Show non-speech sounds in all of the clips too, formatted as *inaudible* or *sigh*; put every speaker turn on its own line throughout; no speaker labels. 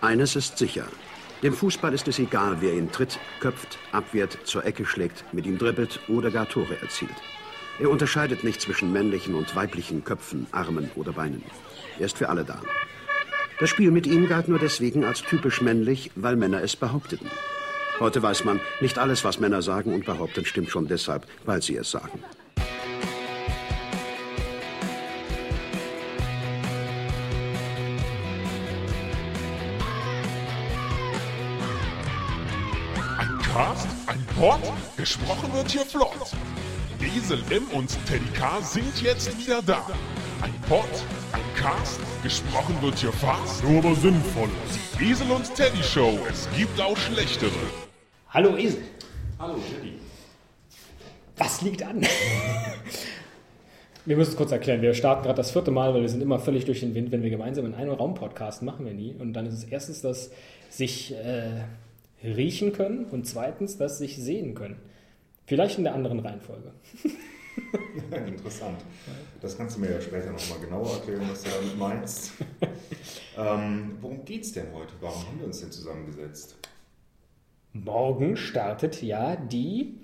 Eines ist sicher. Dem Fußball ist es egal, wer ihn tritt, köpft, abwehrt, zur Ecke schlägt, mit ihm dribbelt oder gar Tore erzielt. Er unterscheidet nicht zwischen männlichen und weiblichen Köpfen, Armen oder Beinen. Er ist für alle da. Das Spiel mit ihm galt nur deswegen als typisch männlich, weil Männer es behaupteten. Heute weiß man, nicht alles, was Männer sagen und behaupten, stimmt schon deshalb, weil sie es sagen.
Ein Cast, ein Pod, gesprochen wird hier flott. Esel M und Teddy K sind jetzt wieder da. Ein Pod, ein Cast, gesprochen wird hier fast, nur aber sinnvoll. Die Esel und Teddy Show, es gibt auch schlechtere.
Hallo Esel,
Hallo, Teddy.
was liegt an? wir müssen es kurz erklären. Wir starten gerade das vierte Mal, weil wir sind immer völlig durch den Wind, wenn wir gemeinsam in einem Raum podcasten, machen wir nie. Und dann ist es erstens, dass sich äh, riechen können und zweitens, dass sich sehen können. Vielleicht in der anderen Reihenfolge.
*laughs* Interessant. Das kannst du mir ja später nochmal genauer erklären, was du damit meinst. ähm, worum geht's denn heute? Warum haben wir uns denn zusammengesetzt?
Morgen startet ja die,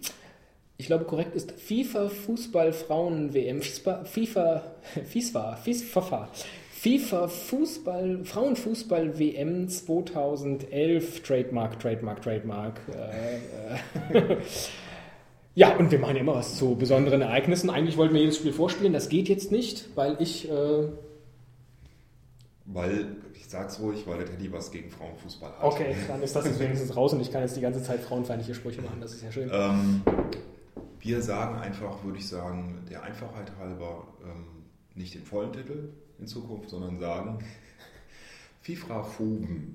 ich glaube korrekt ist FIFA Fußball Frauen WM, FIFA, FIFA, FIFA, FIFA, FIFA Fußball, Frauenfußball WM 2011, Trademark, Trademark, Trademark. Äh, äh. *laughs* ja, und wir machen immer was zu besonderen Ereignissen. Eigentlich wollten wir jedes Spiel vorspielen, das geht jetzt nicht, weil ich, äh,
Weil, ich sag's ruhig, weil der Teddy was gegen Frauenfußball hat.
okay, dann ist das jetzt wenigstens raus und ich kann jetzt die ganze Zeit frauenfeindliche Sprüche machen, das ist ja schön.
Ähm, wir sagen einfach, würde ich sagen, der Einfachheit halber ähm, nicht den vollen Titel in Zukunft, sondern sagen *laughs* FIFA-Fuben.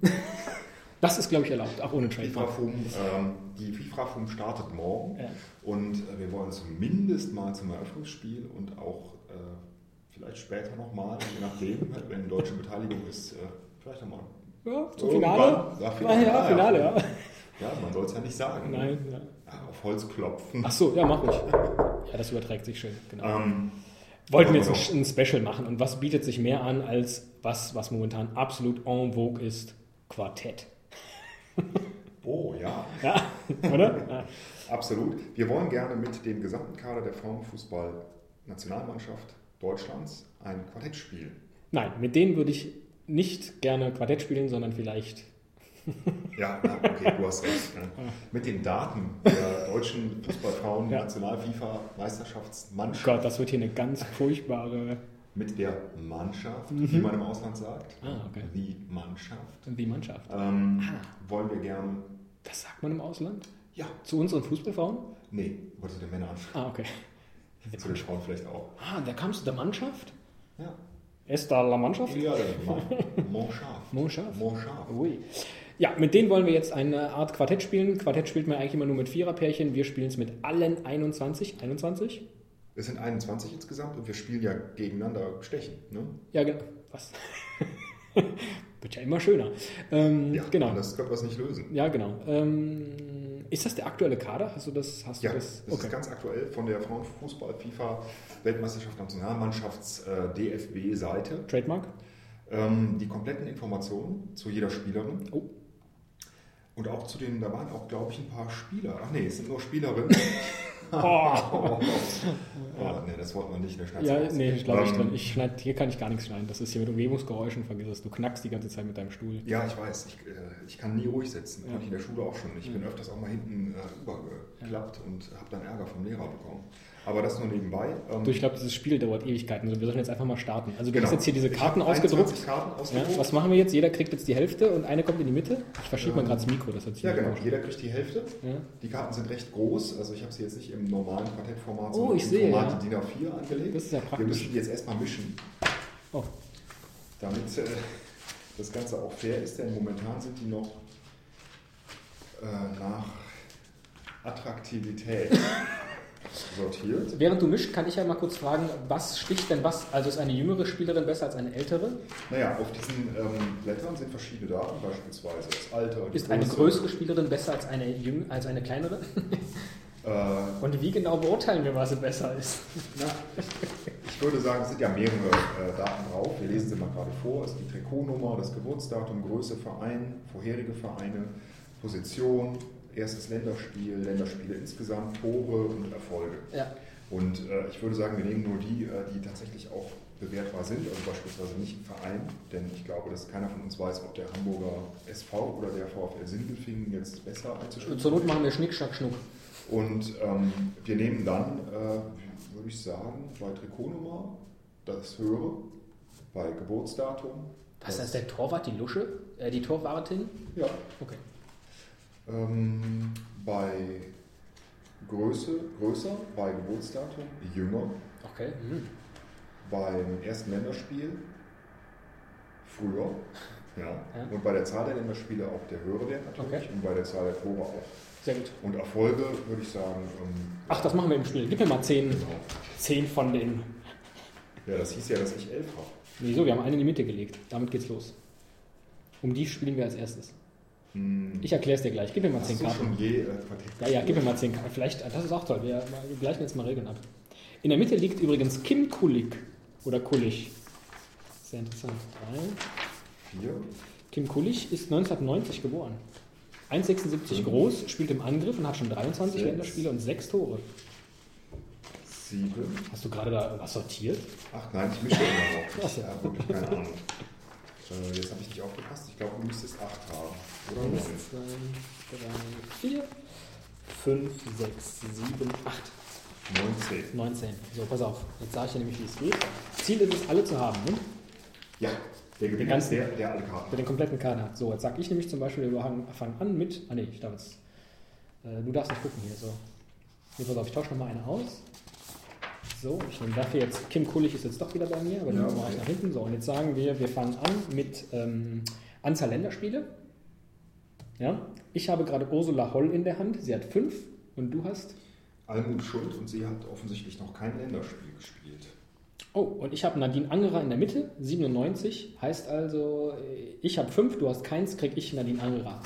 Das ist, glaube ich, erlaubt, auch ohne Trademark.
FIFRAFUM, ähm, die FIFRAFUM startet morgen
Ja.
und äh, wir wollen zumindest mal zum Eröffnungsspiel und auch äh, vielleicht später nochmal, je nachdem, halt, wenn deutsche Beteiligung ist, äh, vielleicht nochmal.
Ja, zum
Irgendwann.
Oh, Finale?
Ja,
Ah,
Finale.
ja, Finale, ja.
Ja, man soll es ja nicht sagen. ne?
Nein, ja.
Ja, auf Holz klopfen.
Ach so, ja, mach ich. Ja, das überträgt sich schön, genau.
Ähm,
Wollten wir
ja,
jetzt ein Special machen und was bietet sich mehr an als was, was momentan absolut en vogue ist? Quartett.
oh ja,
Ja, oder? Ja.
absolut. Wir wollen gerne mit dem gesamten Kader der Frauenfußball-Nationalmannschaft Deutschlands ein Quartettspiel.
Nein, mit denen würde ich nicht gerne Quartett spielen, sondern vielleicht.
Ja, ja, okay, du hast
*laughs*
recht. Ne? Mit den Daten der deutschen
Ja.
Fußballfrauen-National-FIFA-Meisterschaftsmannschaft,
Gott, das wird hier eine ganz furchtbare.
mit der Mannschaft, wie man im Ausland sagt,
Mhm. Ah, okay. Ah.
die Mannschaft,
Die Mannschaft.
ähm, wollen wir gerne,
Das sagt man im Ausland?
ja,
Zu unseren Fußballfrauen?
nee, wollte den Männern,
Ah, okay.
zu den Frauen vielleicht auch.
Ah, da kamst du der Mannschaft?
Ja,
Ist da la Mannschaft?
ja dann, *laughs* Mannschaft.
Mannschaft.
Mannschaft.
Ui. Ja, mit denen wollen wir jetzt eine Art Quartett spielen. Quartett spielt man eigentlich immer nur mit Viererpärchen. Wir spielen es mit allen 21. 21?
Es sind 21 insgesamt und wir spielen ja gegeneinander stechen. Ne?
Ja, genau. Was? *laughs* Wird ja immer schöner. Ähm,
Ja,
genau.
Das können wir es nicht lösen.
Ja, genau. Ähm, ist das der aktuelle Kader? Hast du das? Hast
Ja,
du
das
das?
ist ganz aktuell von der Frauenfußball-FIFA-Weltmeisterschaft äh, Nationalmannschafts-DFB-Seite.
Trademark?
Ähm, die kompletten Informationen zu jeder Spielerin
Oh,
und auch zu den, da waren auch, glaube ich, ein paar Spieler. Ach nee, es sind
*laughs*
nur Spielerinnen.
Oh.
oh, nee, das wollten wir nicht in der Schnauze
ja,
raus.
nee, ich glaube nicht
Ähm,
drin. Ich schneid, hier kann ich gar nichts schneiden. Das ist hier mit Umgebungsgeräuschen, vergiss es. Du knackst die ganze Zeit mit deinem Stuhl.
Ja, ich weiß, ich, äh, ich kann nie ruhig sitzen. Konnte ich in der Schule auch schon.
Mhm.
nicht. Ich bin öfters auch mal hinten äh, übergeklappt und habe dann Ärger vom Lehrer bekommen. Aber das nur nebenbei. Ähm,
Du, ich glaube, dieses Spiel dauert Ewigkeiten. Also wir sollen jetzt einfach mal starten. Also du
Genau.
hast jetzt hier diese
Ich
Karten
hab 21
ausgedruckt.
Karten ausgedruckt.
Ja, was machen wir jetzt? Jeder kriegt jetzt die Hälfte und eine kommt in die Mitte. Ich verschiebe mal gerade das Mikro, das hat sich
Ja,
nicht
genau.
gemacht.
Jeder kriegt die Hälfte.
Ja.
Die Karten sind recht groß. Also ich habe sie jetzt nicht im normalen Quartettformat,
Oh, ich
im
sehe,
Format
ja.
DIN A4 angelegt.
Das ist ja
Wir
praktisch.
müssen die jetzt erstmal mischen,
Oh,
damit äh, das Ganze auch fair ist. Denn momentan sind die noch äh, nach Attraktivität
*laughs*
sortiert.
Während du mischst, kann ich ja mal kurz fragen, was sticht denn was? Also ist eine jüngere Spielerin besser als eine ältere?
Naja, auf diesen ähm, Blättern sind verschiedene Daten, beispielsweise das Alter, die
Ist eine größere Spielerin besser als eine, jüng als eine kleinere? *laughs*
Äh,
Und wie genau beurteilen wir, was sie besser ist?
Na, ich, *laughs* Ich würde sagen, es sind ja mehrere äh, Daten drauf. Wir lesen sie mal gerade vor. Es ist die Trikotnummer, das Geburtsdatum, Größe, Verein, vorherige Vereine, Position, erstes Länderspiel, Länderspiele insgesamt, Tore und Erfolge.
Ja.
Und äh, ich würde sagen, wir nehmen nur die, äh, die tatsächlich auch bewertbar sind, also beispielsweise nicht ein Verein, denn ich glaube, dass keiner von uns weiß, ob der Hamburger SV oder der VfL Sindelfingen jetzt besser einzuschätzen
Zur Not machen wir Schnick, Schnack, Schnuck.
und ähm, wir nehmen dann, äh, würde ich sagen, bei Trikotnummer das höhere, bei Geburtsdatum.
Was ist der Torwart, die Lusche? Äh, die Torwartin?
Ja.
Okay.
Ähm, bei Größe, größer, bei Geburtsdatum, jünger,
Okay. Hm.
beim ersten Länderspiel früher. Ja.
Ja.
Und bei der Zahl der Länderspiele auch der höhere Wert natürlich
Okay.
und bei der Zahl der Tore auch.
Sehr gut.
Und Erfolge würde ich sagen, ähm,
Ach, das machen wir im Spiel. Gib mir mal zehn,
genau.
zehn von den.
ja, das hieß ja, dass ich elf habe.
Wieso? Wir haben einen in die Mitte gelegt. Damit geht's los. Um die spielen wir als erstes.
Hm.
Ich erkläre es dir gleich. Gib mir mal zehn
Hast du
Karten.
schon je äh, verdeckt?
Ja, ja, gib mir mal zehn Karten. Vielleicht, das ist auch toll. Wir wir gleichen jetzt mal Regeln ab. In der Mitte liegt übrigens Kim Kulik. Oder Kulich. Sehr interessant. Drei.
Vier.
Kim Kulich ist 1990 geboren. 1,76 groß, spielt im Angriff und hat schon 23
Hm. Sechs.
Länderspiele und sechs Tore.
Sieben.
Hast du gerade da was sortiert?
Ach nein, ich mische immer noch.
Ach
Ich
ja.
habe wirklich keine Ahnung. Äh, jetzt habe ich nicht aufgepasst. Ich glaube, du müsstest acht haben. Oder neun.
Zwei, drei, vier, fünf, sechs, sieben, acht,
Neunzehn.
19. So, pass auf. Jetzt sage ich dir nämlich, wie es geht. Ziel ist es, alle zu haben, ne?
Ja, der
Den
Gewinner ist
ganzen-
der, der alle Karten
Wer den kompletten Kader hat. So, jetzt sage ich nämlich zum Beispiel, wir fangen fangen an mit. Ah, nee, ich darf jetzt. Äh, du darfst nicht gucken hier. So. Nee, pass auf, ich tausche nochmal eine aus. So, ich nehme dafür jetzt. Kim Kulich ist jetzt doch wieder bei mir, aber den
Ja,
mache ich
okay.
nach hinten. So, und jetzt sagen wir, wir fangen an mit ähm, Anzahl Länderspiele. Ja, ich habe gerade Ursula Holl in der Hand. Sie hat fünf und du hast.
Almut Schuld und sie hat offensichtlich noch kein Länderspiel gespielt.
Oh, und ich habe Nadine Angerer in der Mitte, 97. Heißt also, ich habe fünf, du hast keins, krieg ich Nadine Angerer.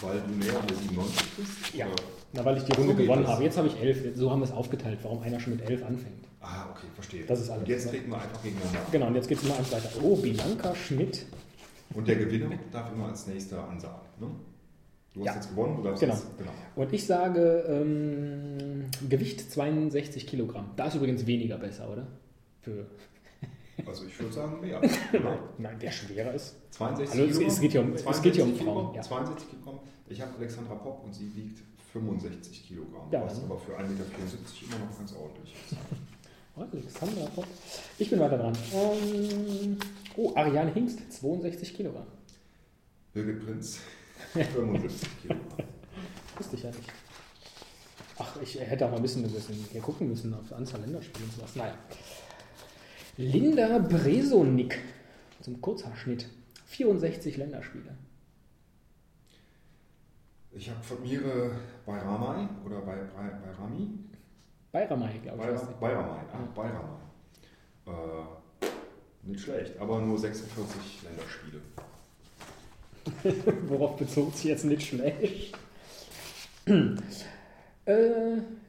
Weil du näher an der 97 bist?
Ja,
Oder?
na, weil ich die Runde
So geht
gewonnen
das.
habe. Jetzt habe ich elf. Jetzt- So haben wir es aufgeteilt, warum einer schon mit elf anfängt.
Ah, okay, verstehe.
Das ist alles.
Und jetzt treten wir einfach gegeneinander. an.
Genau, und jetzt geht es immer eins weiter. Oh, Bianca Schmidt. Genau.
Und der Gewinner darf immer als nächster ansagen. Ne? Du hast
Ja.
jetzt gewonnen, du darfst
Genau.
jetzt. Genau.
Und ich sage, ähm, Gewicht 62 Kilogramm. Da ist übrigens weniger besser, oder? Für.
Also ich würde
*laughs*
sagen, mehr. Genau.
Nein, wer schwerer ist.
62
Hallo, es-
Kilogramm.
es geht hier um- es
62
geht hier um
Kilogramm,
Frauen, ja.
62 Kilogramm. Ich habe Alexandra Popp und sie wiegt 65 Kilogramm.
Ja,
was
dann-
aber für 1,74 Meter immer noch ganz ordentlich ist.
Oh, Alexandra. Popp. Ich bin weiter dran. Ähm, oh, Ariane Hingst, 62 Kilogramm.
Birgit Prinz, *laughs* 75 Kilogramm.
Wusste ich ja nicht. Ach, ich hätte auch mal wissen müssen, hier gucken müssen auf Anzahl Länderspiele und sowas. Naja. Linda Bresonik zum Kurzhaarschnitt. 64 Länderspiele.
Ich habe von mir äh, bei Ramai oder bei, bei, bei Rami
Bayramay, glaube ich.
Bayra-
heißt sie.
Bayramai, ach, Bayramai. ah, Äh, nicht schlecht, aber nur 46 Länderspiele.
Worauf bezog sie jetzt nicht *clears throat* schlecht? äh,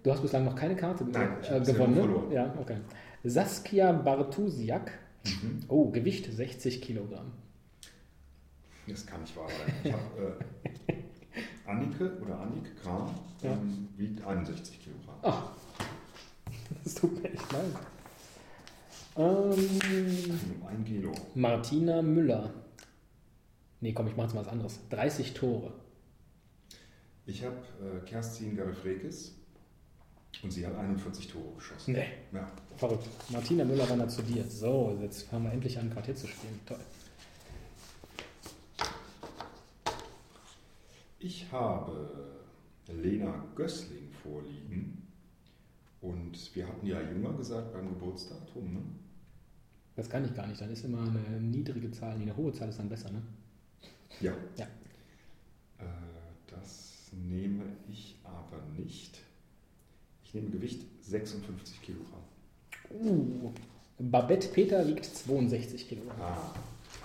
du hast bislang noch keine Karte ge-
Nein, ich
äh,
hab bislang
gewonnen.
verloren.
Ne? Ja, okay. Saskia Bartusiak.
Mhm.
Oh, Gewicht 60 Kilogramm.
Das kann nicht wahr sein. Ich habe
*laughs*
äh, Annike oder Annik Kram
Ja.
ähm, wiegt 61 Kilogramm.
Ach, Ah. *laughs* das tut mir echt leid. Ähm,
Um ein Kilo.
Martina Müller. Nee, komm, ich mach jetzt mal was anderes. 30 Tore.
Ich habe äh, Kerstin Garifrekis und sie hat 41 Tore geschossen.
Nee.
Ja.
Verrückt. Martina Müller wandert zu dir. So, jetzt fangen wir endlich an, Quartett zu spielen. Toll.
Ich habe Lena Gößling vorliegen und wir hatten ja jünger gesagt beim Geburtsdatum. Ne?
Das kann ich gar nicht. Dann ist immer eine niedrige Zahl. Nee, eine hohe Zahl ist dann besser, ne?
Ja.
Ja.
Äh, das nehme ich aber nicht. Ich nehme Gewicht 56 Kilogramm.
Uh. Babette Peter wiegt 62 Kilogramm.
Ah.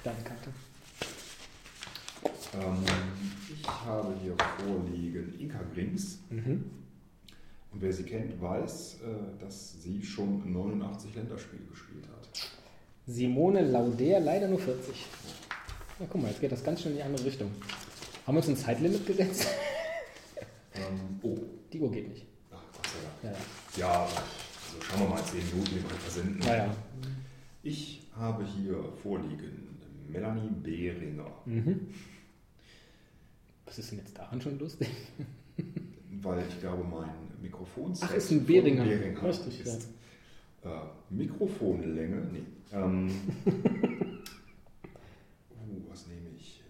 Deine Karte. Mhm.
Ähm, ich habe hier vorliegen Inka Grings Und wer sie kennt, weiß, äh, dass sie schon 89 Länderspiele gespielt hat.
Simone Lauder leider nur 40. Na guck mal, jetzt geht das ganz schnell in die andere Richtung. Haben wir uns ein Zeitlimit gesetzt?
Ähm, oh,
Die Uhr geht nicht.
Ach, Gott sei Dank.
Ja, ja.
Ja, also schauen wir mal 10 Minuten, wie wir weiter sind. ne?
Naja.
Ich habe hier vorliegen Melanie Behringer,
Mhm. Was ist denn jetzt daran schon lustig?
weil ich glaube, mein Mikrofon
Ach, ist ein Behringer.
Behringer
Richtig,
ist. Äh, Mikrofonlänge, nee. Ähm, uh, was nehme ich?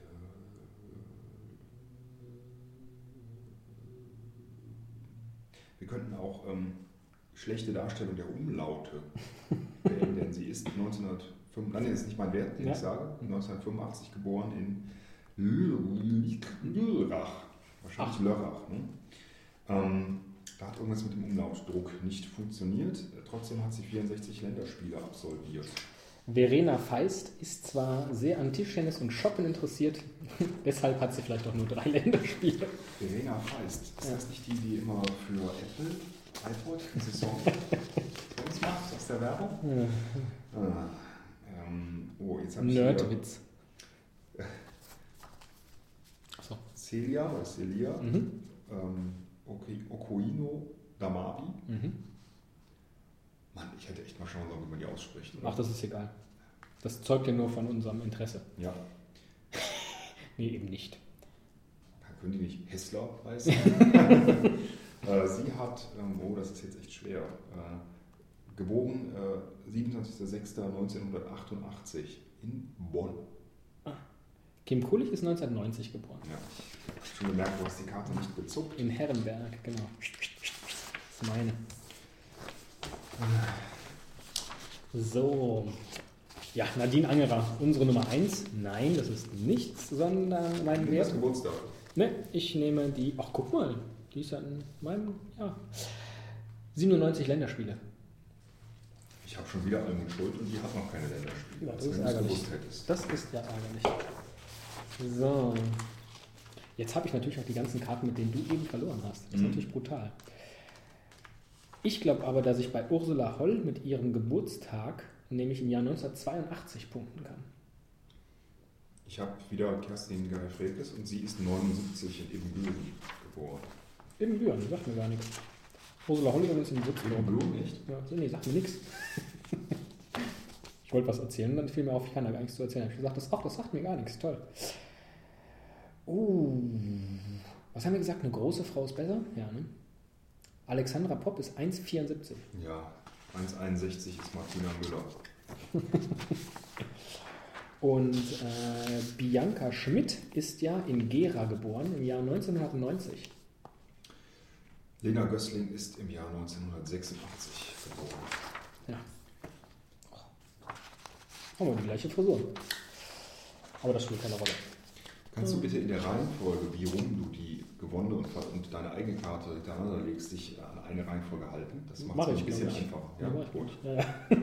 Äh, Wir könnten auch ähm, schlechte Darstellung der
*laughs*
Umlaute wählen, denn sie ist 1905, nein, das ist nicht mein Wert, den
Ja.
ich sage, 1985 geboren in Lörrach. Wahrscheinlich
Ach.
Lörrach. Ne? Ähm, da hat irgendwas mit dem Umlautdruck nicht funktioniert. Trotzdem hat sie 64 Länderspiele absolviert.
Verena Feist ist zwar sehr an Tischtennis und Shoppen interessiert, *laughs* deshalb hat sie vielleicht auch nur drei *laughs* Länderspiele.
Verena Feist, ist das nicht die, die immer für Apple,
*laughs*
iPod, diese Song Songs macht aus der Werbung? Ah, ähm, oh, jetzt habe ich
*laughs*
hier
Nerdwitz. Achso.
Celia oder Celia,
Mhm.
ähm, okay, Okoino Damabi.
Mhm.
Mann, ich hätte echt mal schauen sollen, wie man die ausspricht. Oder?
Ach, das ist egal. Das zeugt ja nur von unserem Interesse.
Ja,
Nee, eben nicht.
Da können die nicht Hessler
*laughs*
heißen. *laughs* äh, sie hat, ähm, oh, das ist jetzt echt schwer, äh, geboren äh, 27.06.1988 in Bonn.
Kim Kulich ist 1990 geboren.
Ja. Schon gemerkt, du hast die Karte nicht gezuckt.
In Herrenberg, genau. Das ist meine. So. Ja, Nadine Angerer, unsere Nummer 1. Nein, das ist nichts, sondern mein
Nee, das
Wert.
ist Geburtstag.
Ne, ich nehme die. Ach, guck mal. Die ist ja in meinem. Ja. 97 Länderspiele.
Ich habe schon wieder Almut Schuld und die hat noch keine Länderspiele.
Ja, das
Als
ist
wenn du's
ärgerlich.
gewusst hättest.
Das ist ja ärgerlich. So. Jetzt habe ich natürlich auch die ganzen Karten, mit denen du eben verloren hast. Das ist natürlich brutal. Ich glaube aber, dass ich bei Ursula Holl mit ihrem Geburtstag, nämlich im Jahr 1982, punkten kann.
Ich habe wieder Kerstin Geil-Frekes und sie ist 79 in Ibbenbüren geboren.
Im Büren, sagt mir gar nichts. Ursula Holl übrigens in Würzburg.
Ibbenbüren, echt?
Ja, so, nee, sagt mir nichts. Ich wollte was erzählen und dann fiel mir auf, ich kann da gar nichts zu erzählen. Hab Ich gesagt, das, ach, das sagt mir gar nichts, toll. Uh, was haben wir gesagt? Eine große Frau ist besser? Ja, ne? Alexandra Popp ist 1,74.
Ja, 1,61 ist Martina Müller.
Und äh, Bianca Schmidt ist ja in Gera geboren im Jahr 1990.
Lena Gößling ist im Jahr 1986 geboren.
Ja. Haben wir die gleiche Frisur. Aber das spielt keine Rolle. Hm.
Kannst du bitte in der Reihenfolge, wie rum du die gewonnene und, ver- und deine eigene Karte hintereinander legst, dich an eine Reihenfolge halten? Das macht
Mach
es
ich,
ein bisschen
glaub ich.
einfacher.
Ja, mach ich.
gut.
Ja, ja. *laughs*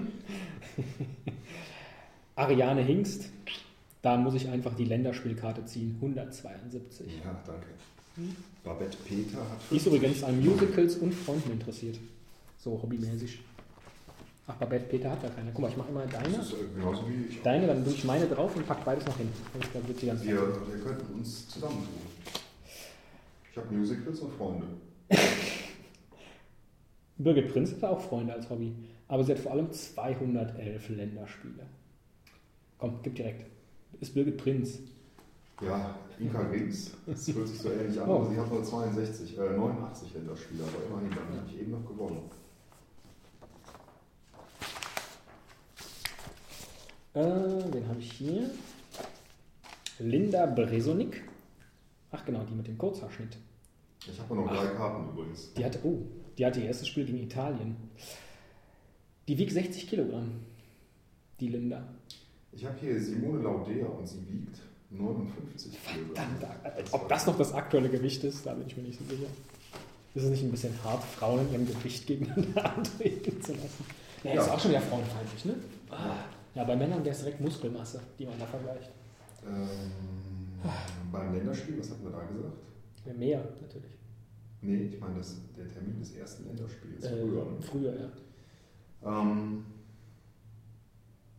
Ariane Hingst, da muss ich einfach die Länderspielkarte ziehen, 172.
Ja, danke.
Hm?
Babette Peter hat
Die ist übrigens an Musicals und Fronten interessiert, so hobbymäßig. Ach, Babette Peter hat ja keine. Guck mal, ich mache immer deine,
Das ist äh, genauso wie ich.
deine, dann durch meine drauf und pack beides noch hin. Dann wird die ganze
Wir, wir könnten uns zusammentun. Ich habe Musicals und Freunde.
Birgit Prinz hatte auch Freunde als Hobby, aber sie hat vor allem 211 Länderspiele. Komm, gib direkt. Ist Birgit Prinz.
Ja, Inka Rings, das fühlt sich so ähnlich an,
Oh.
aber sie hat nur 62, äh, 89 Länderspiele, aber immerhin, damit habe ich eben noch gewonnen.
Äh, wen habe ich hier? Linda Bresonik. Ach genau, die mit dem Kurzhaarschnitt.
Ich habe nur noch drei Karten übrigens.
Die hatte, oh, die hatte ihr erstes Spiel gegen Italien. Die wiegt 60 Kilogramm. Die Linda.
Ich habe hier Simone Laudea und sie wiegt 59 Kilogramm.
Verdammt, äh, ob das noch das aktuelle Gewicht ist, da bin ich mir nicht so sicher. Ist es nicht ein bisschen hart, Frauen in ihrem Gewicht gegeneinander *laughs* antreten zu lassen? Naja,
Ja.
ist auch schon wieder frauenfeindlich, ne? Ja, bei Männern wäre es direkt Muskelmasse, die man da vergleicht.
Ähm, beim Länderspiel, was hatten wir da gesagt?
Mehr, natürlich.
Nee, ich meine, das, der Termin des ersten Länderspiels
Äh,
früher. Ne?
früher, ja.
Ähm,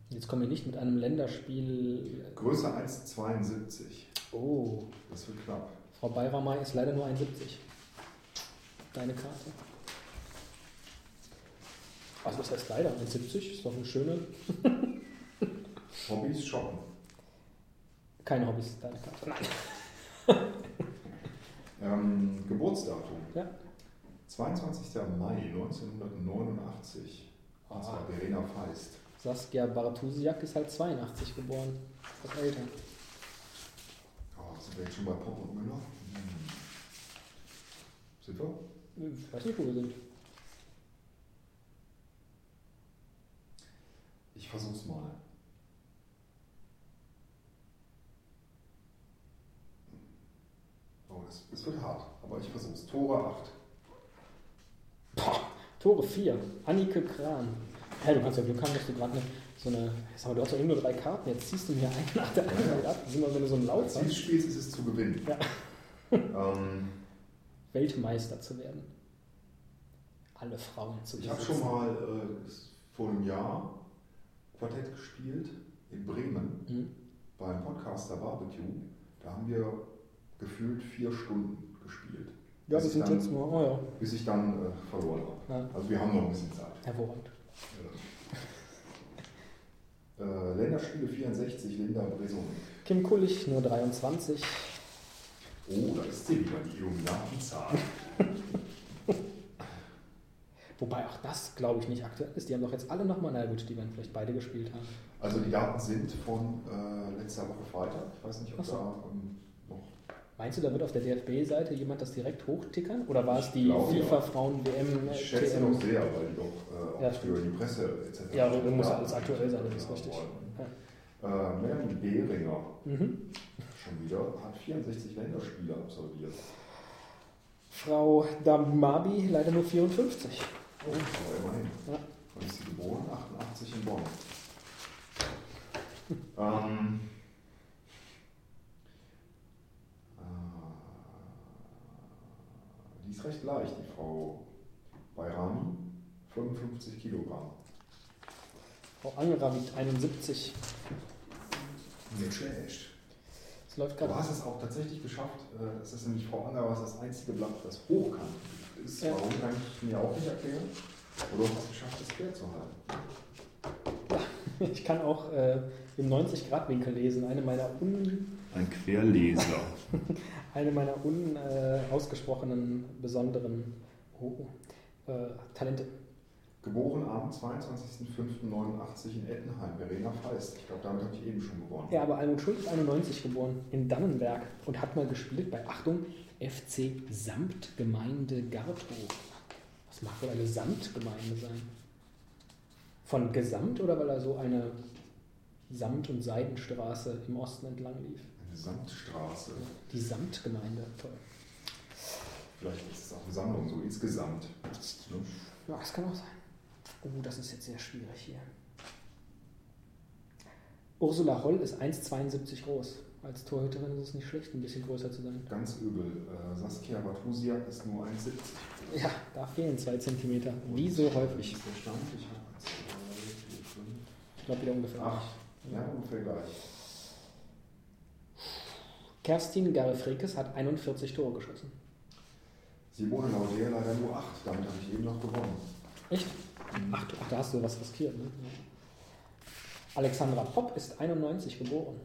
Jetzt kommen wir nicht mit einem Länderspiel.
größer als 72.
Oh,
Das wird knapp.
Frau Bayramay ist leider nur 71. Deine Karte. Also was heißt leider? 71 ist doch eine schöne.
Hobbys shoppen.
Keine Hobbys, deine Karte. Nein.
Ähm, Geburtsdatum.
Ja.
22. Mai 1989. Und zwar Verena Feist.
Saskia Bartusiak ist halt 82 geboren. Was älter.
Oh, sind wir jetzt schon bei Pop und Müller? Hm. Sind wir?
Ich weiß nicht, wo wir sind.
Ich versuch's mal. Oh, es, es wird hart, aber ich versuch's. Tore 8.
Tore 4. Annike Kran. Hä, du kannst ja Glück haben, dass du gerade eine, so eine. Sag mal, du hast doch eben nur drei Karten. Jetzt ziehst du mir eine nach der anderen ab. Das ist immer, wenn du so einen Lauf
Als Ziel des
hast.
Spiels ist es zu gewinnen.
Ja.
*laughs* ähm,
Weltmeister zu werden. Alle Frauen zu
ich habe schon mal äh, vor einem Jahr Quartett gespielt in Bremen
Mhm.
beim Podcaster Barbecue. Da haben wir gefühlt vier Stunden gespielt.
Ja,
Bis
wir
ich
sind
dann-
jetzt nur. Oh ja.
Bis ich dann äh, verloren habe.
Ja.
Also wir haben noch ein bisschen Zeit.
Hervorragend.
Äh, Länderspiele 64, Linda Bresonik.
Kim Kullig, nur 23.
Oh, da ist sie wieder, die Illuminatenzahl.
Wobei auch das, glaube ich, nicht aktuell ist. Die haben doch jetzt alle nochmal, na gut, die werden vielleicht beide gespielt haben.
Also die Daten sind von äh, letzter Woche Freitag. Ich weiß nicht, ob
Ach so.
da ähm, noch...
Meinst du, da wird auf der DFB-Seite jemand das direkt hochtickern? Oder war es die
glaube, ja.
FIFA-Frauen-WM?
Ich schätze noch sehr, weil die doch
Äh,
äh,
Ja,
auch für die Presse etc.
Ja, das muss
Daten
alles aktuell sein, das ist
haben
richtig.
wollen.
Ja.
Äh, Melanie Behringer
Mhm.
schon wieder hat 64 Länderspiele absolviert.
Frau Damabi, leider nur 54.
Oh, aber immerhin.
Ja.
Wann ist sie geboren? 88 in Bonn. ähm, äh, die ist recht leicht, die Frau Bayrami. 55 Kilogramm.
Frau Angerer wiegt 71.
Nicht schlecht.
Es läuft
Du
gerade.
hast es auch tatsächlich geschafft. äh, Es ist nämlich Frau Anger, was das einzige Blatt, das hochkant ist.
Ja.
Warum kann ich mir auch nicht erklären? Aber du hast es geschafft, das quer zu halten.
*laughs* Ich kann auch äh, im 90-Grad-Winkel lesen. Eine meiner, un,
Ein Querleser.
eine meiner unausgesprochenen, äh, ausgesprochenen, besonderen oh, äh, Talente.
Geboren am 22.05.89 in Ettenheim, Verena Feist. Ich glaube, damit habe ich eben schon gewonnen.
Ja, aber Almut Schuld ist 91 geboren, in Dannenberg und hat mal gespielt bei, Achtung, FC Samtgemeinde Gartow. Was mag wohl eine Samtgemeinde sein? Von Gesamt oder weil er so eine Samt- und Seidenstraße im Osten entlang lief?
Eine Samtstraße.
Die Samtgemeinde, toll.
Vielleicht ist es auch eine Sammlung, so insgesamt. Ne?
Ja, das kann auch sein. Oh, das ist jetzt sehr schwierig hier. Ursula Holl ist 1,72 groß. Als Torhüterin ist es nicht schlecht, ein bisschen größer zu sein.
Ganz übel. Äh, Saskia Batusiak ist nur 1,70.
Ja, da fehlen zwei Zentimeter. Wie so häufig.
Ist der Stand? Ich habe 1, 2,
Ich glaube, wieder
3, 4, 5,
ungefähr.
8. Ja, ungefähr gleich.
Kerstin Garefrekes hat 41 Tore geschossen.
Simone Laudier leider nur 8. Damit habe ich eben noch gewonnen.
Echt? Ach, du- ach da hast du was riskiert. Ne? Ja. Alexandra Popp ist 91 geboren.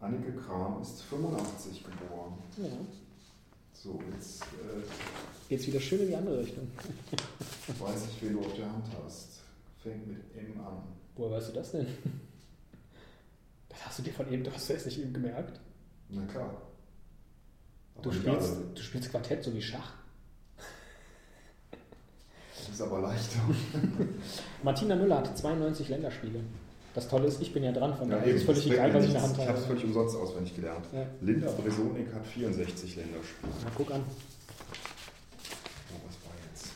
Annike Kram ist 85 geboren.
Ja.
So, jetzt äh,
Geht's wieder schön in die andere Richtung.
weiß ich, wen du auf der Hand hast. Fängt mit M an.
Woher weißt du das denn? *laughs* Das hast du dir von eben, das hast du erst nicht eben gemerkt.
Na klar.
Du
Aber nicht
spielst,
alle.
du spielst Quartett so wie Schach.
Das ist aber leichter.
Martina Müller hat 92 Länderspiele. Das Tolle ist, ich bin *laughs* ja dran, von daher ist es
das
völlig
bringt
egal,
mir
was ich in der
nichts.
Hand
Ich
habe.
habe es völlig umsonst auswendig gelernt.
Ja.
Linda Bresonik hat 64 Länderspiele.
Na, guck an.
Oh, was war jetzt?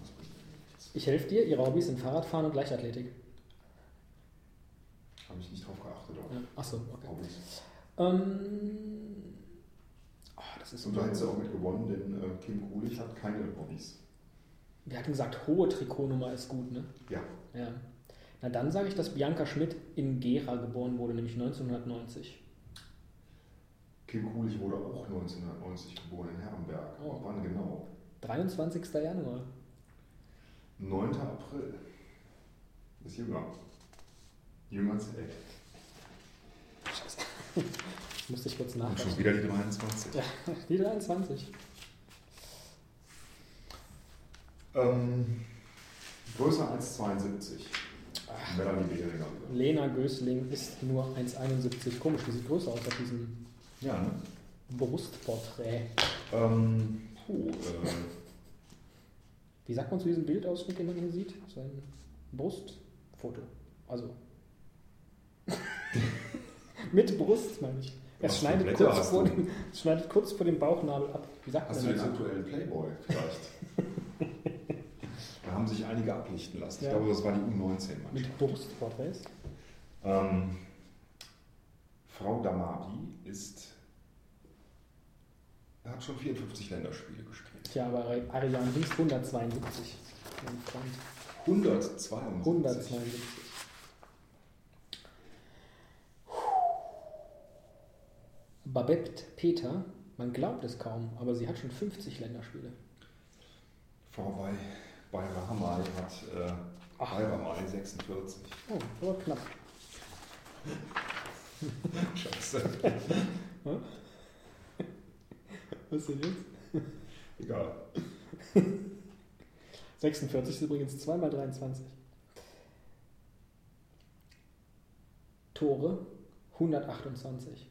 Was bringt mir nichts?
Ich helfe dir, ihre Hobbys sind Fahrradfahren und Leichtathletik.
Habe ich nicht drauf geachtet.
Ja. Achso, okay.
Hobbys.
Ähm, oh, das ist so
Und da hättest du auch mit gewonnen, denn äh, Kim Kulich hat keine Hobbys.
Wir hatten gesagt, hohe Trikotnummer ist gut, ne?
Ja,
Ja. Na dann sage ich, dass Bianca Schmidt in Gera geboren wurde, nämlich 1990.
Kim Kulich wurde auch 1990 geboren in Herrenberg.
Oh.
Aber wann genau?
23. Januar.
9. April. Ist jünger. Jünger als elf.
Scheiße. *laughs* Musste ich kurz
Und Ah, schon
nachdenken.
wieder die 23.
Ja, die 23.
Ähm, größer als 72. Melanie Behringer. wieder.
Lena Gößling ist nur 1,71. Komisch, die sieht größer aus auf diesem
Ja, ne?
Brustporträt.
Ähm,
*laughs*
puh, äh,
Wie sagt man zu diesem Bildausschnitt, den man hier sieht? Sein Brustfoto. Also. *laughs* Mit Brust, meine ich.
Was
Es
für
schneidet,
Blätter
kurz
hast
vor
du? ne?
dem, es schneidet kurz vor dem Bauchnabel ab. Wie sagt
hast du
man
den
das?
aktuellen Playboy vielleicht?
*laughs*
da haben sich einige ablichten lassen. Ich
Ja.
glaube, das war die U19-Mannschaft.
Mit Brustporträts?
Ähm, Frau Damabi ist, hat schon 54 Länderspiele gespielt.
Tja, aber Ariane Ries 172. Mein Freund.
172.
172. Babette Peter, man glaubt es kaum, aber sie hat schon 50 Länderspiele.
Frau bei, bei Rahamai hat äh,
Ach.
Bayramai 46.
Oh, aber knapp.
*laughs* Scheiße.
Was denn jetzt?
Egal.
46 ist übrigens 2 mal 23. Tore 128.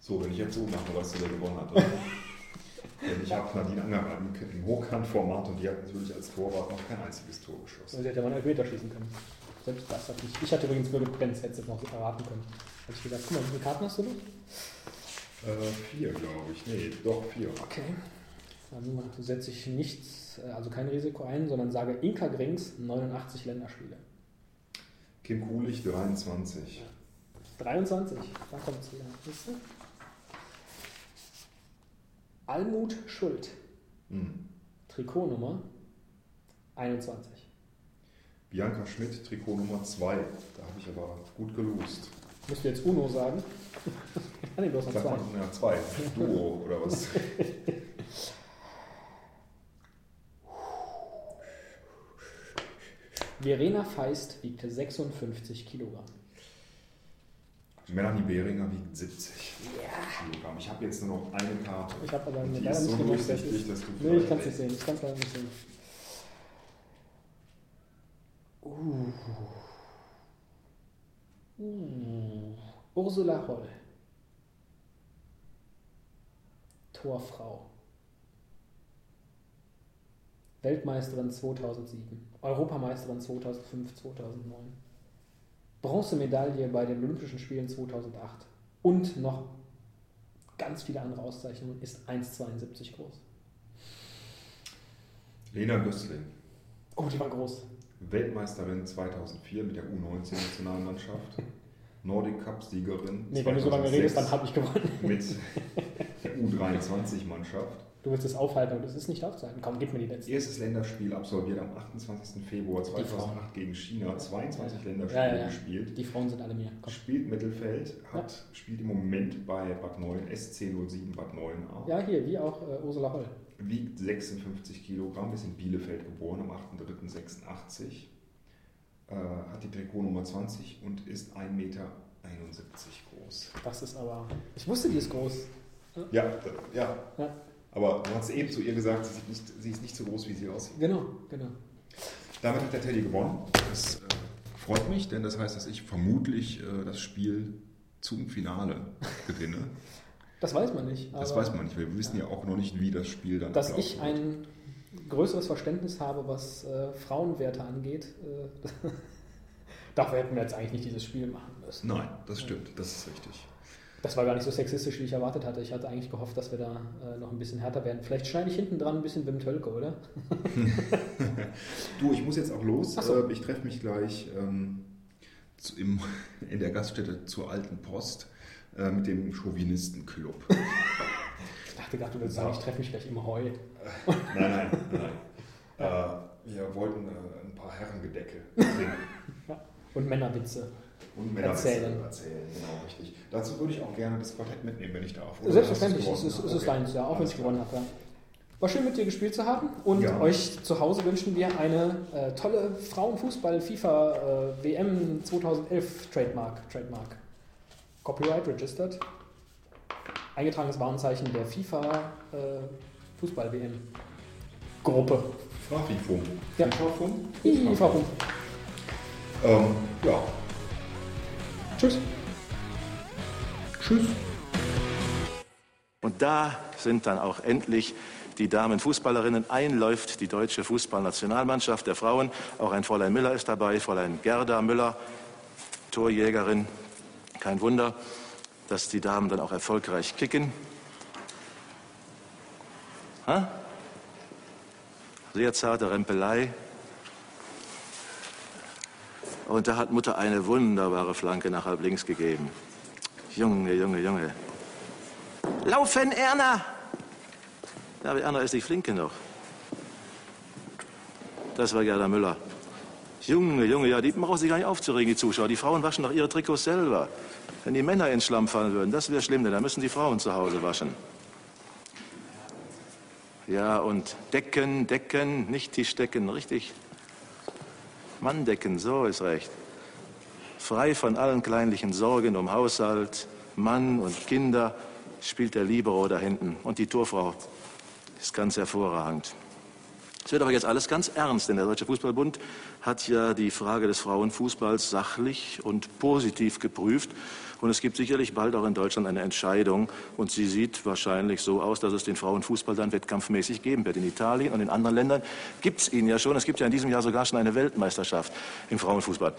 So, wenn ich jetzt so mache, weißt du, wer gewonnen hat. Oder? Denn ich habe Nadine Angerer im, im Hochkantformat und die hat natürlich als Torwart noch kein einziges Tor geschossen.
Also hätte man Elfmeter schießen können. Selbst das hat nicht. Ich hatte übrigens nur Benz hätte es noch erraten können. Hätte ich gesagt, guck mal, wie viele Karten hast du noch?
Äh, vier, glaube ich. Nee, doch vier.
Okay. Dann setze ich nichts, äh, also kein Risiko ein, sondern sage Inka Grings 89 Länderspiele.
Kim Kulich 23.
23, da kommt es wieder. Siehst du? Almut Schuld,
Hm.
Trikotnummer 21.
Bianca Schmidt, Trikot Nummer 2. Da habe ich aber gut gelost.
Musst du jetzt Uno sagen? *laughs* Ah nee, bloß noch
Sagt
zwei.
man, ja, zwei. Duo
*laughs*
oder was?
Verena Feist wiegte 56 Kilogramm.
Melanie Behringer wiegt 70 Kilogramm. Ich habe jetzt nur noch eine Karte.
Ich habe aber
Und
mir
die
leider
ist
nicht
so
gemerkt, wer es
durchsichtig,
ist.
dass du.
Nee, ich kann es nicht sehen. Ich kann es leider nicht sehen. Uh. Uh. Ursula Holl. Torfrau. Weltmeisterin 2007. Europameisterin 2005, 2009. Bronzemedaille bei den Olympischen Spielen 2008. Und noch ganz viele andere Auszeichnungen, ist 1,72 groß.
Lena Gößling,
Oh, die war groß.
Weltmeisterin 2004 mit der U19-Nationalmannschaft. Nordic Cup-Siegerin.
Nee, wenn du so lange redest, dann
2006
habe ich gewonnen.
Mit der U23-Mannschaft.
Du willst es aufhalten und es ist nicht aufzuhalten. Komm, gib mir die letzte.
Erstes Länderspiel absolviert am 28. Februar 2008 gegen China. 22 Länderspiele
Ja, ja, ja.
gespielt.
Die Frauen sind alle mir. Komm.
Spielt Mittelfeld, hat, spielt im Moment bei Bad 9, SC07 Bad 9 auch.
Ja, hier, wie auch äh, Ursula Holl.
Wiegt 56 Kilogramm, ist in Bielefeld geboren, am 8.3.86. Äh, hat die Trikotnummer 20 und ist 1,71 Meter groß.
Das ist aber. Ich wusste, die ist groß.
Ja, d- ja.
Ja,
Aber du hast eben zu ihr gesagt, sie, sieht nicht, sie ist nicht so groß, wie sie aussieht.
genau, genau.
Damit hat der Teddy gewonnen. Das äh, freut mich, denn das heißt, dass ich vermutlich äh, das Spiel zum Finale gewinne.
Das weiß man nicht.
Das
aber
weiß man nicht. Wir wissen ja auch noch nicht, wie das Spiel dann
Dass
ablaufen
ich
wird.
ein größeres Verständnis habe, was äh, Frauenwerte angeht, äh, *laughs* dafür hätten wir jetzt eigentlich nicht dieses Spiel machen müssen.
Nein, das stimmt. Das ist richtig.
Das war gar nicht so sexistisch, wie ich erwartet hatte. Ich hatte eigentlich gehofft, dass wir da äh, noch ein bisschen härter werden. Vielleicht schneide ich hinten dran ein bisschen Wim Tölke, oder?
Du, ich muss jetzt auch los.
Ach so.
Äh, Ich treffe mich gleich ähm, zu- im, *laughs* in der Gaststätte zur Alten Post äh, mit dem *laughs* Chauvinistenclub.
Ich dachte gerade, du willst sagen, ich treffe mich gleich im Heu.
Nein, nein, nein. Äh, wir wollten äh, ein paar Herrengedecke singen
Und Männerwitze.
und Männerwitze
Erzählen.
erzählen. Genau, richtig. Dazu würde ich auch gerne das Quartett mitnehmen, wenn ich darf. Oder
Selbstverständlich ist
hast du
es, ist
gewonnen?
es deins, ja, auch wenn
Alles
ich gewonnen habe. Ja. War schön mit dir gespielt zu haben und
Ja.
euch zu Hause wünschen wir eine äh, tolle Frauenfußball-FIFA äh, WM 2011 Trademark. Trademark. Copyright registered. Eingetragenes Warenzeichen der FIFA äh, Fußball WM Gruppe.
klar. Fafifum.
Ja.
Fafifum?
FIFA.
Ähm, ja.
Tschüss.
Tschüss.
Und da sind dann auch endlich die Damenfußballerinnen. Einläuft die deutsche Fußballnationalmannschaft der Frauen. Auch ein Fräulein Müller ist dabei, Fräulein Gerda Müller, Torjägerin. Kein Wunder, dass die Damen dann auch erfolgreich kicken. Hä? Sehr zarte Rempelei. Und da hat Mutter eine wunderbare Flanke nach halb links gegeben. Junge, Junge, Junge. Laufen, Erna! Ja, aber Erna ist nicht flink genug. Das war Gerda Müller. Junge, Junge, ja, die brauchen sich gar nicht aufzuregen, die Zuschauer. Die Frauen waschen doch ihre Trikots selber. Wenn die Männer ins Schlamm fallen würden, das wäre schlimm, denn dann müssen die Frauen zu Hause waschen. Ja, und Decken, Decken, nicht Tischdecken, richtig. Manndecken, so ist recht frei von allen kleinlichen Sorgen um Haushalt, Mann und Kinder, spielt der Libero da hinten. Und die Torfrau ist ganz hervorragend. Es wird aber jetzt alles ganz ernst, denn der Deutsche Fußballbund hat ja die Frage des Frauenfußballs sachlich und positiv geprüft. Und es gibt sicherlich bald auch in Deutschland eine Entscheidung. Und sie sieht wahrscheinlich so aus, dass es den Frauenfußball dann wettkampfmäßig geben wird. In Italien und in anderen Ländern gibt es ihn ja schon. Es gibt ja in diesem Jahr sogar schon eine Weltmeisterschaft im Frauenfußball.